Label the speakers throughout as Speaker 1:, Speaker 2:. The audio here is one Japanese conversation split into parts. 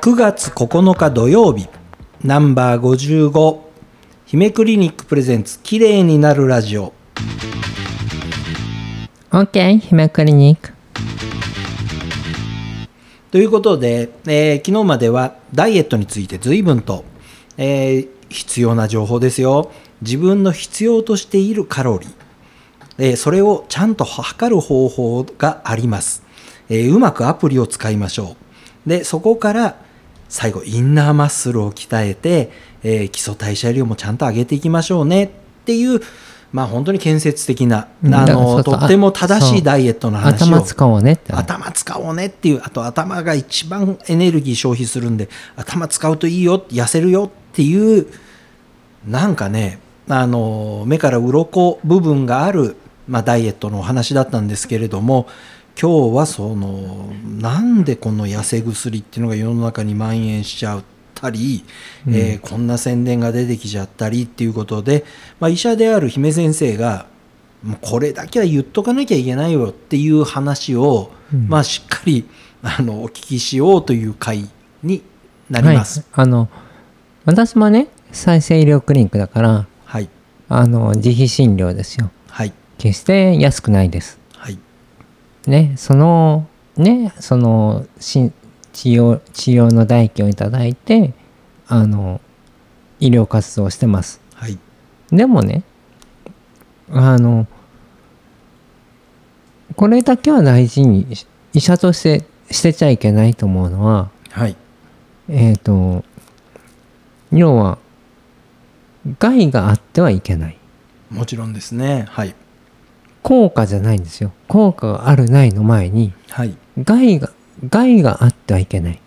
Speaker 1: 9月9日土曜日ナンバー55姫クリニックプレゼンツ綺麗になるラジオ
Speaker 2: OK 姫クリニック
Speaker 1: ということで、えー昨日まではダイエットについて随分と、えー必要な情報ですよ自分の必要としているカロリー、えーそれをちゃんと測る方法があります、えーうまくアプリを使いましょうでそこから最後インナーマッスルを鍛えて、えー基礎代謝量もちゃんと上げていきましょうねっていうまあ本当に建設的な、
Speaker 2: うん
Speaker 1: あ
Speaker 2: だからそ
Speaker 1: の
Speaker 2: うそう
Speaker 1: と
Speaker 2: あ
Speaker 1: っても正し
Speaker 2: そ
Speaker 1: いうダイエットの話を
Speaker 2: 頭使おうねって
Speaker 1: 頭使おうねっていうあと頭が一番エネルギー消費するんで頭使うといいよ痩せるよっていうなんかねあの目から鱗部分がある、まあ、ダイエットのお話だったんですけれども今日はそのなんでこの痩せ薬っていうのが世の中に蔓延しちゃったり、えーこんな宣伝が出てきちゃったりっていうことで、まあ、医者である姫先生がもうこれだけは言っとかなきゃいけないよっていう話を、
Speaker 2: うん
Speaker 1: まあ、しっかりあのお聞きしようという回になります。
Speaker 2: はい、あの私もね再生医療クリニックだから
Speaker 1: はい、
Speaker 2: あの自費診療ですよ
Speaker 1: はい、
Speaker 2: 決して安くないです
Speaker 1: はい、
Speaker 2: ねそのねそのし治療治療の代金をいただいてあの医療活動をしてます
Speaker 1: はい、
Speaker 2: でもねあのこれだけは大事にし医者としてしてちゃいけないと思うのは
Speaker 1: はい、
Speaker 2: えっ、と要は害があってはいけない
Speaker 1: もちろんですね。はい、
Speaker 2: 効果じゃないんですよ効果があるないの前に
Speaker 1: はい。
Speaker 2: 害が害があってはいけない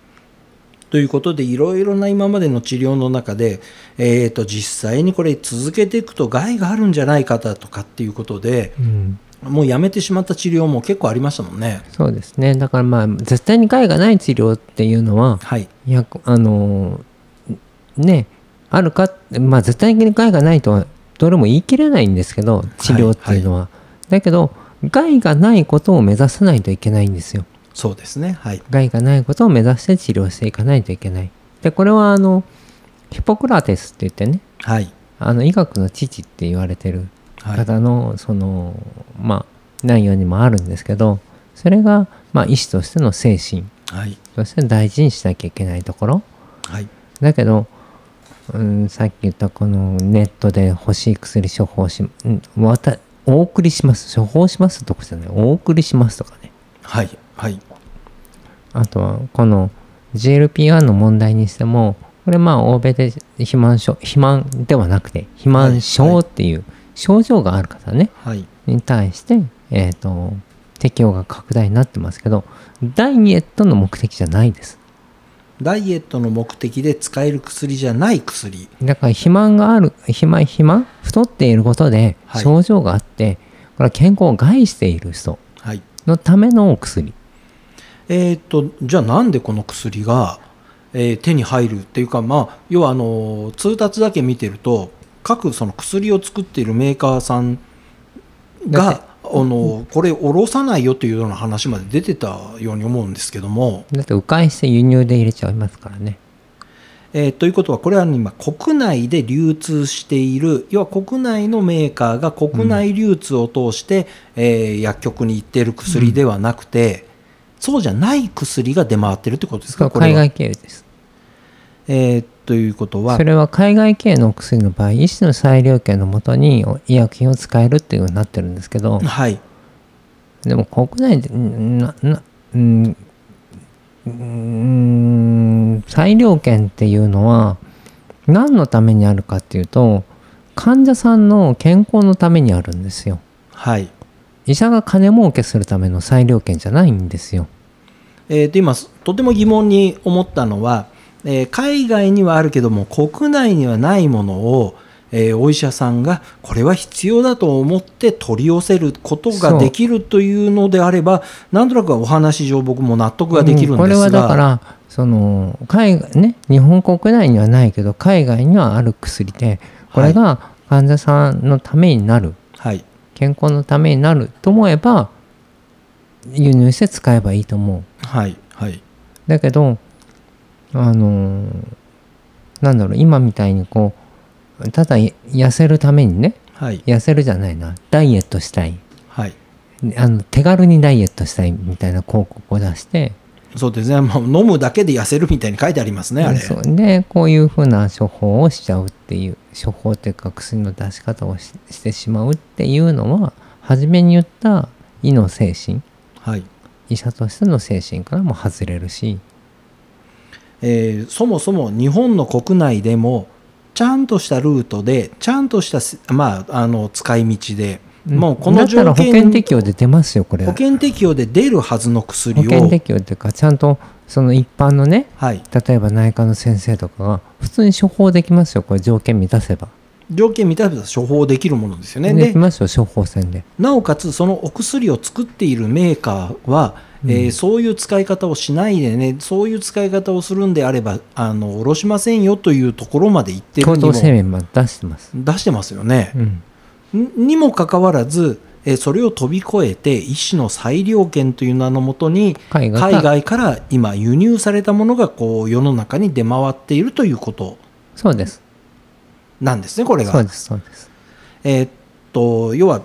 Speaker 1: ということでいろいろな今までの治療の中で、えー、と実際にこれ続けていくと害があるんじゃないかだとかっていうことで
Speaker 2: うん、
Speaker 1: もうやめてしまった治療も結構ありましたもんね。
Speaker 2: そうですねだからまあ絶対に害がない治療っていうのは
Speaker 1: はい、
Speaker 2: いやあのねあるかってまあ絶対に害がないとはどれも言い切れないんですけど治療っていうのは、だけど害がないことを目指さないといけないんですよ
Speaker 1: そうですね。はい、
Speaker 2: 害がないことを目指して治療していかないといけないでこれはあのヒポクラテスって言ってね
Speaker 1: はい、
Speaker 2: あの医学の父って言われてる
Speaker 1: はい、
Speaker 2: 方のそのまあ内容にもあるんですけどそれがまあ医師としての精神
Speaker 1: はい、
Speaker 2: そして大事にしなきゃいけないところ
Speaker 1: はい、
Speaker 2: だけど、うん、さっき言ったこのネットで欲しい薬処方し、うん、わたお送りします処方しますとかじゃないお送りしますとかね
Speaker 1: はい、はい、
Speaker 2: あとはこの GLP-1 の問題にしてもこれまあ欧米で肥満症肥満ではなくて肥満
Speaker 1: はい
Speaker 2: 症
Speaker 1: はい
Speaker 2: っていう症状がある方ね
Speaker 1: はい、
Speaker 2: に対して、えー、と適用が拡大になってますけどダイエットの目的じゃないです
Speaker 1: ダイエットの目的で使える薬じゃない薬。
Speaker 2: だから肥満がある肥満肥満太っていることで
Speaker 1: はい
Speaker 2: 症状があって、これは健康を害している人
Speaker 1: はい。
Speaker 2: のためのお薬
Speaker 1: えーっとじゃあなんでこの薬が、えー手に入るっていうか、まあ、要はあの通達だけ見てると各その薬を作っているメーカーさん
Speaker 2: だっ
Speaker 1: があのこれおろさないよというような話まで出てたように思うんですけども、
Speaker 2: だって迂回して輸入で入れちゃいますからね
Speaker 1: えーということはこれは今国内で流通している要は国内のメーカーが国内流通を通して、えー薬局に行っている薬ではなくて、そうじゃない薬が出回ってるってことです
Speaker 2: それ
Speaker 1: か
Speaker 2: は
Speaker 1: これ
Speaker 2: 海
Speaker 1: は
Speaker 2: 外経由です
Speaker 1: えーということは
Speaker 2: そ、れは海外経由のお薬の場合医師の裁量権のもとにお医薬品を使えるっていうようになってるんですけど
Speaker 1: はい、
Speaker 2: でも国内でんななうんうん裁量権っていうのは何のためにあるかっていうと患者さんの健康のためにあるんですよ
Speaker 1: はい。
Speaker 2: 医者が金儲けするための裁量権じゃないんですよ
Speaker 1: えーと今、とても疑問に思ったのは、えー海外にはあるけども、国内にはないものを、えーお医者さんがこれは必要だと思って取り寄せること
Speaker 2: そ
Speaker 1: が
Speaker 2: う
Speaker 1: できるというのであれば、なんとなくお話上、僕も納得ができるんですが、
Speaker 2: これはだからその海外ね日本国内にはないけど海外にはある薬でこれが患者さんのためになる、
Speaker 1: はい、
Speaker 2: 健康のためになると思えば輸入して使えばいいと思う
Speaker 1: はい、はい、
Speaker 2: だけどあのーなんだろう今みたいにこうただ痩せるためにね
Speaker 1: はい
Speaker 2: 痩せるじゃないなダイエットしたい
Speaker 1: はい
Speaker 2: あの手軽にダイエットしたいみたいな広告を出して
Speaker 1: そうですね、まあ、飲むだけで痩せるみたいに書いてありますねあれ
Speaker 2: そうでこういうふうな処方をしちゃうっていう処方っていうか薬の出し方をししてしまうっていうのは初めに言った医の精神
Speaker 1: はい
Speaker 2: 医者としての精神からも外れるし
Speaker 1: えーそもそも日本の国内でもちゃんとしたルートでちゃんとしたす、まあ、あの使い道で、もうこ
Speaker 2: だ
Speaker 1: の
Speaker 2: っ
Speaker 1: 条
Speaker 2: たら保
Speaker 1: 件
Speaker 2: 険適用で出ますよこれ
Speaker 1: 保険適用で出るはずの薬
Speaker 2: 保
Speaker 1: を
Speaker 2: 険適用っていうかちゃんとその一般のね
Speaker 1: はい、
Speaker 2: 例えば内科の先生とかが普通に処方できますよこれ条件満たせば、
Speaker 1: 条件満たせば処方できるものですよね。
Speaker 2: で
Speaker 1: で
Speaker 2: きますよ処方箋で
Speaker 1: なおかつそのお薬を作っているメーカーは、
Speaker 2: うん
Speaker 1: えーそういう使い方をしないでねそういう使い方をするんであればあの下ろしませんよというところまで言ってる
Speaker 2: 共
Speaker 1: に
Speaker 2: 同
Speaker 1: も
Speaker 2: 声明も出してます、
Speaker 1: 出してますよね。
Speaker 2: うん、
Speaker 1: んにもかかわらず、えーそれを飛び越えて医師の裁量権という名のもとに
Speaker 2: 海外
Speaker 1: 海
Speaker 2: が
Speaker 1: 外から今輸入されたものがこう世の中に出回っているということ
Speaker 2: そうです
Speaker 1: なんですねこれが。
Speaker 2: そうですそうです
Speaker 1: えーっと要は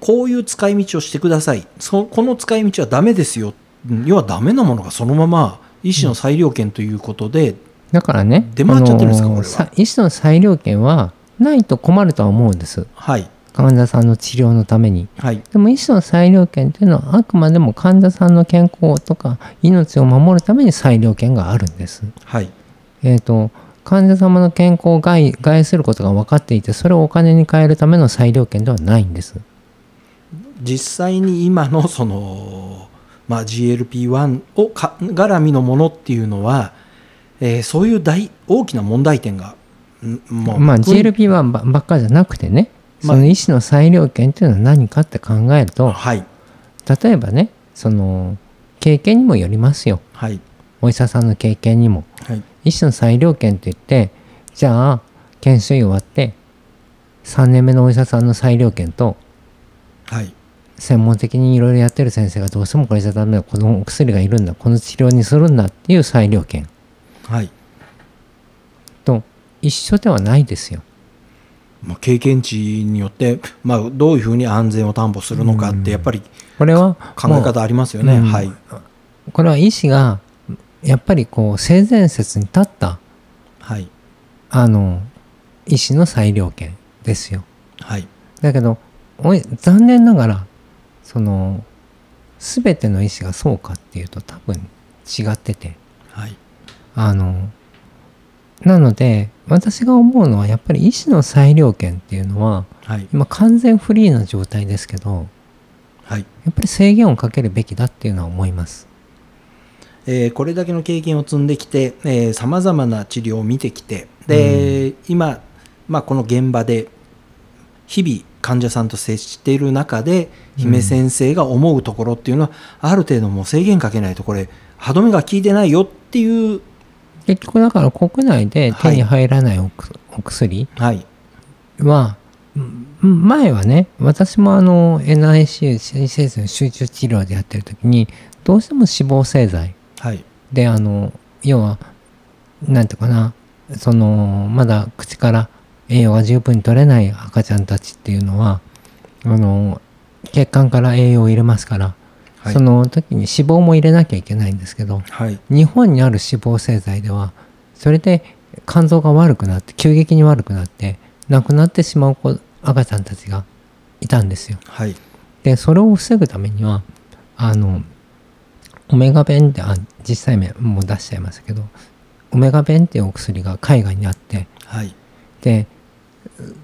Speaker 1: こういう使い道をしてくださいそこの使い道はダメですようん要はダメなものがそのまま医師の裁量権ということで、
Speaker 2: だからね
Speaker 1: 出回っちゃってるんですか
Speaker 2: あの
Speaker 1: これは
Speaker 2: さ医師の裁量権はないと困るとは思うんです
Speaker 1: はい
Speaker 2: 患者さんの治療のために
Speaker 1: はい
Speaker 2: でも医師の裁量権というのはあくまでも患者さんの健康とか命を守るために裁量権があるんです
Speaker 1: はい
Speaker 2: えー、と患者様の健康を害害することが分かっていてそれをお金に換えるための裁量権ではないんです。
Speaker 1: 実際に今のその、まあ、GLP-1 をか絡みのものっていうのは、えーそういう大大きな問題点がんもう
Speaker 2: まあ、
Speaker 1: うん
Speaker 2: GLP-1 ばばっかじゃなくてねそ
Speaker 1: ま
Speaker 2: の
Speaker 1: あ
Speaker 2: 医師の裁量権というのは何かって考えると
Speaker 1: はい
Speaker 2: 例えばねその経験にもよりますよ
Speaker 1: はい
Speaker 2: お医者さんの経験にも
Speaker 1: はい
Speaker 2: 医師の裁量権といってじゃあ研修医終わって3年目のお医者さんの裁量権と
Speaker 1: はい
Speaker 2: 専門的にいろいろやってる先生がどうしてもこれじゃダメだこのお薬がいるんだこの治療にするんだっていう裁量権
Speaker 1: はい
Speaker 2: と一緒ではないですよ。
Speaker 1: まあ、経験値によって、まあ、どういうふうに安全を担保するのかっ
Speaker 2: うん
Speaker 1: てやっぱり
Speaker 2: これは
Speaker 1: 考え方ありますよね。
Speaker 2: もう
Speaker 1: はい
Speaker 2: うんこれは医師がやっぱりこう性善説に立った
Speaker 1: はい
Speaker 2: あの医師の裁量権ですよ。
Speaker 1: はい
Speaker 2: だけどおい残念ながらその全ての医師がそうかっていうと多分違ってて。
Speaker 1: はい
Speaker 2: あの、なので、私が思うのは、やっぱり医師の裁量権っていうのは、
Speaker 1: はい
Speaker 2: 今完全フリーな状態ですけど、
Speaker 1: はい、
Speaker 2: やっぱり制限をかけるべきだっていうのは思います。
Speaker 1: えーこれだけの経験を積んできてさまざまな治療を見てきてで、今、まあ、この現場で日々患者さんと接している中で
Speaker 2: うん
Speaker 1: 姫先生が思うところっていうのは、ある程度もう制限かけないとこれ歯止めが効いてないよっていう、
Speaker 2: 結局だから国内で手に入らないお,、お薬
Speaker 1: はい
Speaker 2: は、うん前はね、私もあの NICU、新生児の集中治療でやってる時に、どうしても死亡製剤
Speaker 1: はい
Speaker 2: で、あの、要は、なんていうかな、その、まだ口から栄養が十分取れない赤ちゃんたちっていうのは、あの、血管から栄養を入れますから、
Speaker 1: はい
Speaker 2: その時に脂肪も入れなきゃいけないんですけど、
Speaker 1: はい
Speaker 2: 日本にある脂肪製剤では、それで肝臓が悪くなって、急激に悪くなって、亡くなってしまう子赤ちゃんたちがいたんですよ。
Speaker 1: はい
Speaker 2: でそれを防ぐためにはあのオメガ弁ってあ実際名もう出しちゃいましたけどオメガ弁っていうお薬が海外にあって
Speaker 1: はい
Speaker 2: で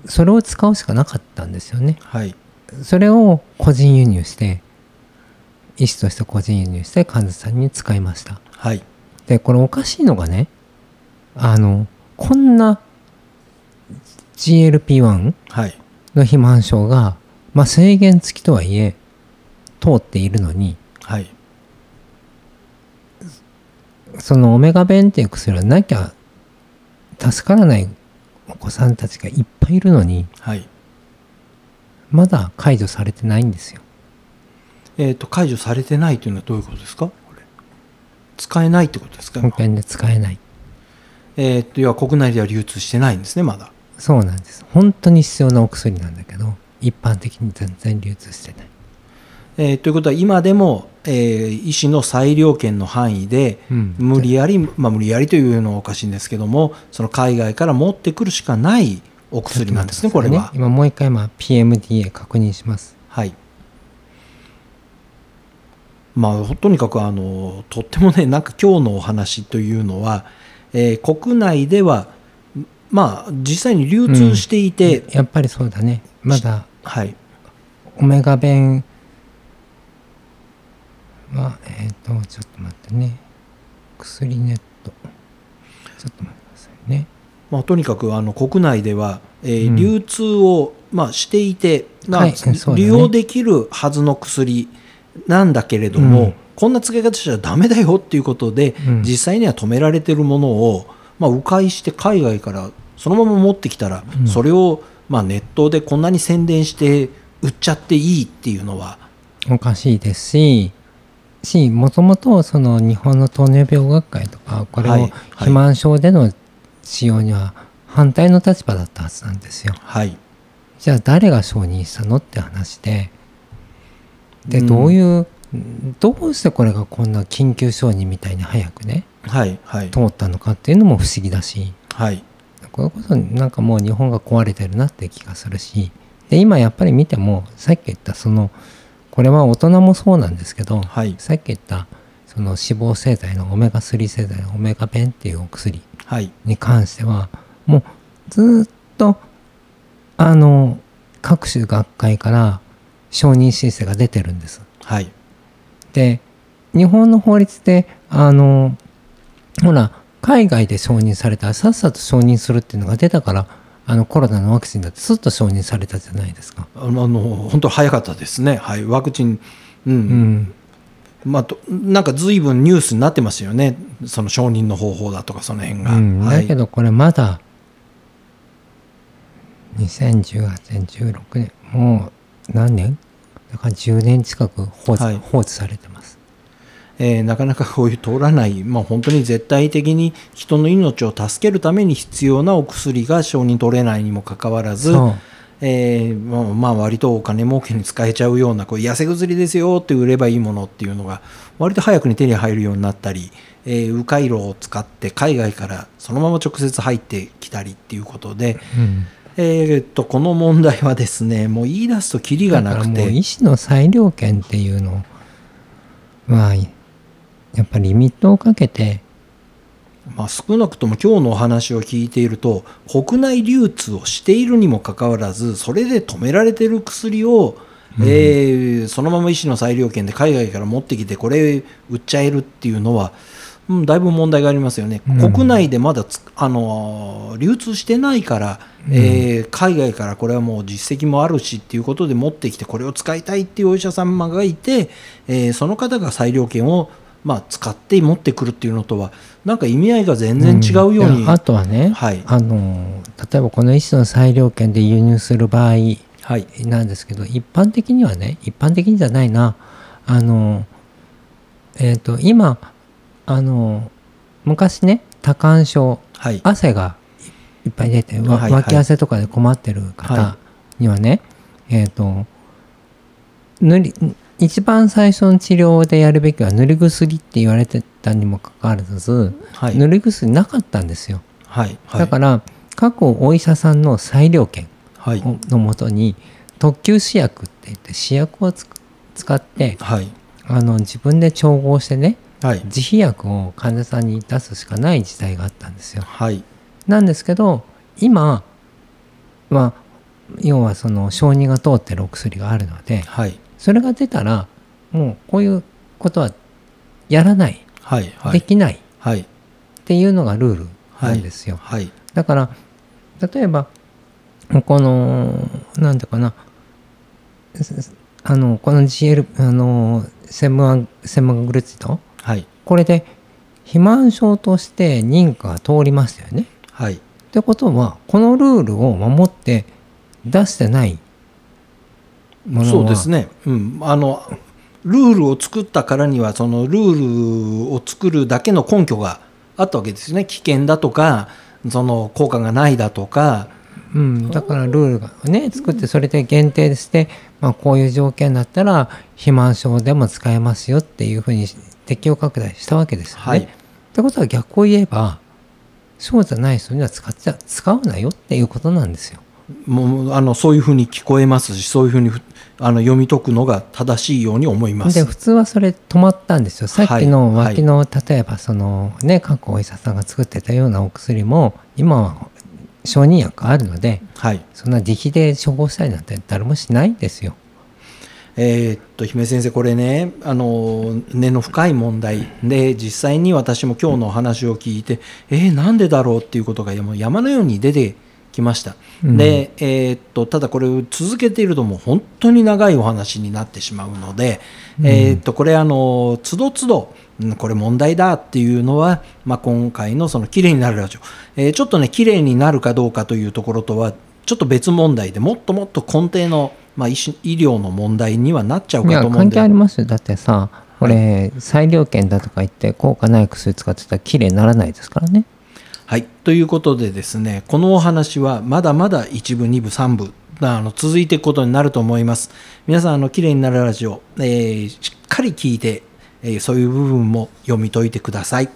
Speaker 2: それを使うしかなかったんですよね
Speaker 1: はい
Speaker 2: それを個人輸入して医師として個人輸入して患者さんに使いました
Speaker 1: はい
Speaker 2: でこれおかしいのがねあのこんな GLP-1
Speaker 1: はい
Speaker 2: の肥満症が、まあ、制限付きとはいえ通っているのに
Speaker 1: はい
Speaker 2: そのオメガ弁っていう薬はなきゃ助からないお子さんたちがいっぱいいるのに
Speaker 1: はい
Speaker 2: まだ解除されてないんですよ。
Speaker 1: えー、と解除されてないというのはどういうことですかこれ使えないってことですか
Speaker 2: 保険で使えない。
Speaker 1: えーっと要は国内では流通してないんですねまだ
Speaker 2: そうなんです本当に必要なお薬なんだけど一般的に全然流通してない
Speaker 1: えーということは今でも、えー医師の裁量権の範囲で、
Speaker 2: うん
Speaker 1: 無理やり、まあ、無理やりというのはおかしいんですけどもその海外から持ってくるしかないお薬なんですねこれは、
Speaker 2: 今もう一回まあ PMDA 確認します
Speaker 1: はいまあとにかくあのとってもねなんか今日のお話というのは、えー国内ではまあ実際に流通していて、
Speaker 2: やっぱりそうだねまだ
Speaker 1: はい
Speaker 2: オメガ弁はえっ、とちょっと待ってね薬ネットちょっと待ってくださいね
Speaker 1: まあ、とにかくあの国内では、えー
Speaker 2: うん
Speaker 1: 流通を、まあ、していて、まあ
Speaker 2: はいそうだね
Speaker 1: 利用できるはずの薬なんだけれども、
Speaker 2: うん
Speaker 1: こんな使い方しちゃダメだよっていうことで、
Speaker 2: うん
Speaker 1: 実際には止められてるものを、まあ、迂回して海外からそのまま持ってきたら、
Speaker 2: うん
Speaker 1: それを、まあ、ネットでこんなに宣伝して売っちゃっていいっていうのは、
Speaker 2: おかしいですししもともとその日本の糖尿病学会とかこれ
Speaker 1: はい
Speaker 2: を
Speaker 1: はい
Speaker 2: 肥満症での使用には反対の立場だったはずなんですよ。
Speaker 1: はい
Speaker 2: じゃあ誰が承認したのって話でで
Speaker 1: うん
Speaker 2: どういう、どうしてこれがこんな緊急承認みたいに早くね
Speaker 1: はいはい
Speaker 2: 通ったのかっていうのも不思議だし
Speaker 1: はい
Speaker 2: これこそなんかもう日本が壊れてるなって気がするしで今やっぱり見てもさっき言ったそのこれは大人もそうなんですけど、
Speaker 1: はい
Speaker 2: さっき言ったその脂肪製剤のオメガ3製剤のオメガペンっていうお薬
Speaker 1: はい
Speaker 2: に関してはもうずーっとあの各種学会から承認申請が出てるんです。
Speaker 1: はい
Speaker 2: で日本の法律であのほら海外で承認されたらさっさと承認するっていうのが出たからあのコロナのワクチンだってすっと承認されたじゃないですか。
Speaker 1: あのあの本当早かったですね、はい、ワクチン、
Speaker 2: う
Speaker 1: うん
Speaker 2: ん、
Speaker 1: まあ、となんか随分ニュースになってますよね、その承認の方法だとか、その辺が。
Speaker 2: うん、
Speaker 1: は
Speaker 2: だ
Speaker 1: い
Speaker 2: けどこれまだ2018年16年もう何年だから10年近く放置,、
Speaker 1: はい
Speaker 2: 放置されてます
Speaker 1: えーなかなかこういう通らない、まあ、本当に絶対的に人の命を助けるために必要なお薬が承認取れないにもかかわらず、
Speaker 2: そう
Speaker 1: えーまあ、まあ割とお金儲けに使えちゃうようなこう痩せ薬ですよって売ればいいものっていうのが割と早くに手に入るようになったり、えー迂回路を使って海外からそのまま直接入ってきたりっていうことで、
Speaker 2: うん、
Speaker 1: えーっとこの問題はですねもう言い出すとキリがな
Speaker 2: だから
Speaker 1: く
Speaker 2: もう
Speaker 1: て
Speaker 2: 医師の裁量権っていうのはやっぱりリミットをかけて
Speaker 1: まあ、少なくとも今日のお話を聞いていると国内流通をしているにもかかわらずそれで止められてる薬を、えーそのまま医師の裁量権で海外から持ってきてこれ売っちゃえるっていうのは、うん、だいぶ問題がありますよね、
Speaker 2: うん
Speaker 1: 国内でまだつあのー流通してないから、えー海外からこれはもう実績もあるしっていうことで持ってきてこれを使いたいっていうお医者様がいて、えーその方が裁量権をまあ、使って持ってくるっていうのとはなんか意味合いが全然違うように、
Speaker 2: んあとはね、
Speaker 1: はい
Speaker 2: あの例えばこの医師の裁量権で輸入する場合
Speaker 1: はい
Speaker 2: なんですけど一般的にはね一般的にじゃないなあのえっ、と今あの昔ね多汗症
Speaker 1: はい
Speaker 2: 汗がいっぱい出て、
Speaker 1: はい
Speaker 2: わ
Speaker 1: はい
Speaker 2: 脇汗とかで困ってる方
Speaker 1: は
Speaker 2: にはね、えっ、と塗り一番最初の治療でやるべきは塗り薬って言われてたにもかかわらず、
Speaker 1: はい
Speaker 2: 塗り薬なかったんですよ、
Speaker 1: はいはい
Speaker 2: だから過去お医者さんの裁量権
Speaker 1: はい
Speaker 2: をのもとに特急試薬って言って試薬をつく使って
Speaker 1: はい
Speaker 2: あの自分で調合してね
Speaker 1: はい
Speaker 2: 自費薬を患者さんに出すしかない時代があったんですよ。
Speaker 1: はい
Speaker 2: なんですけど今は要はその承認が通ってるお薬があるので
Speaker 1: はい
Speaker 2: それが出たらもうこういうことはやらない、
Speaker 1: はいは
Speaker 2: で
Speaker 1: い
Speaker 2: きないっ
Speaker 1: はい
Speaker 2: ていうのがルールなんですよ。
Speaker 1: はい
Speaker 2: だから例えばこのなんていうかなすあのこの GL あのセムアセムアグルチド
Speaker 1: はい
Speaker 2: これで肥満症として認可が通りましたよね。
Speaker 1: はい
Speaker 2: ってことはこのルールを守って出してないものは
Speaker 1: そうですねうんあのルールを作ったからにはそのルールを作るだけの根拠があったわけですよね危険だとかその効果がないだとか
Speaker 2: うん、だからルールがね作ってそれで限定して、まあ、こういう条件だったら肥満症でも使えますよっていうふうに適用拡大したわけですよね。
Speaker 1: はい
Speaker 2: ってことは逆を言えばそうじゃない人には使っちゃ使うなよっていうことなんですよ。
Speaker 1: もうあのそういうふうに聞こえますしそういうふうにふあの読み解くのが正しいように思いま。
Speaker 2: です普通はそれ止まったんですよさっきの
Speaker 1: はい
Speaker 2: 脇の、例えばそのね各お医者さんが作ってたようなお薬も今は承認薬あるので
Speaker 1: はい
Speaker 2: そんな自費で処方したりなんて誰もしないんですよ。
Speaker 1: えーっと姫先生これねあの根の深い問題で実際に私も今日のお話を聞いてえー、なんでだろうっていうことがもう山のように出てきました、
Speaker 2: うん
Speaker 1: で、えーっとただこれを続けているともう本当に長いお話になってしまうので、
Speaker 2: うん
Speaker 1: えーっとこれあのつどつどうんこれ問題だっていうのは、まあ、今回のその綺麗になるラジオ、えーちょっとね綺麗になるかどうかというところとはちょっと別問題でもっともっと根底の、まあ、医師医療の問題にはなっちゃう
Speaker 2: い
Speaker 1: か
Speaker 2: や
Speaker 1: と思うん
Speaker 2: 関
Speaker 1: で
Speaker 2: 係ありますよだってさ俺、裁量権だとか言って効果ない薬使ってたら綺麗にならないですからね
Speaker 1: はい、ということでですねこのお話はまだまだ1部2部3部あの続いていくことになると思います皆さんあの綺麗になるラジオ、えーしっかり聞いて、えーそういう部分も読み解いてください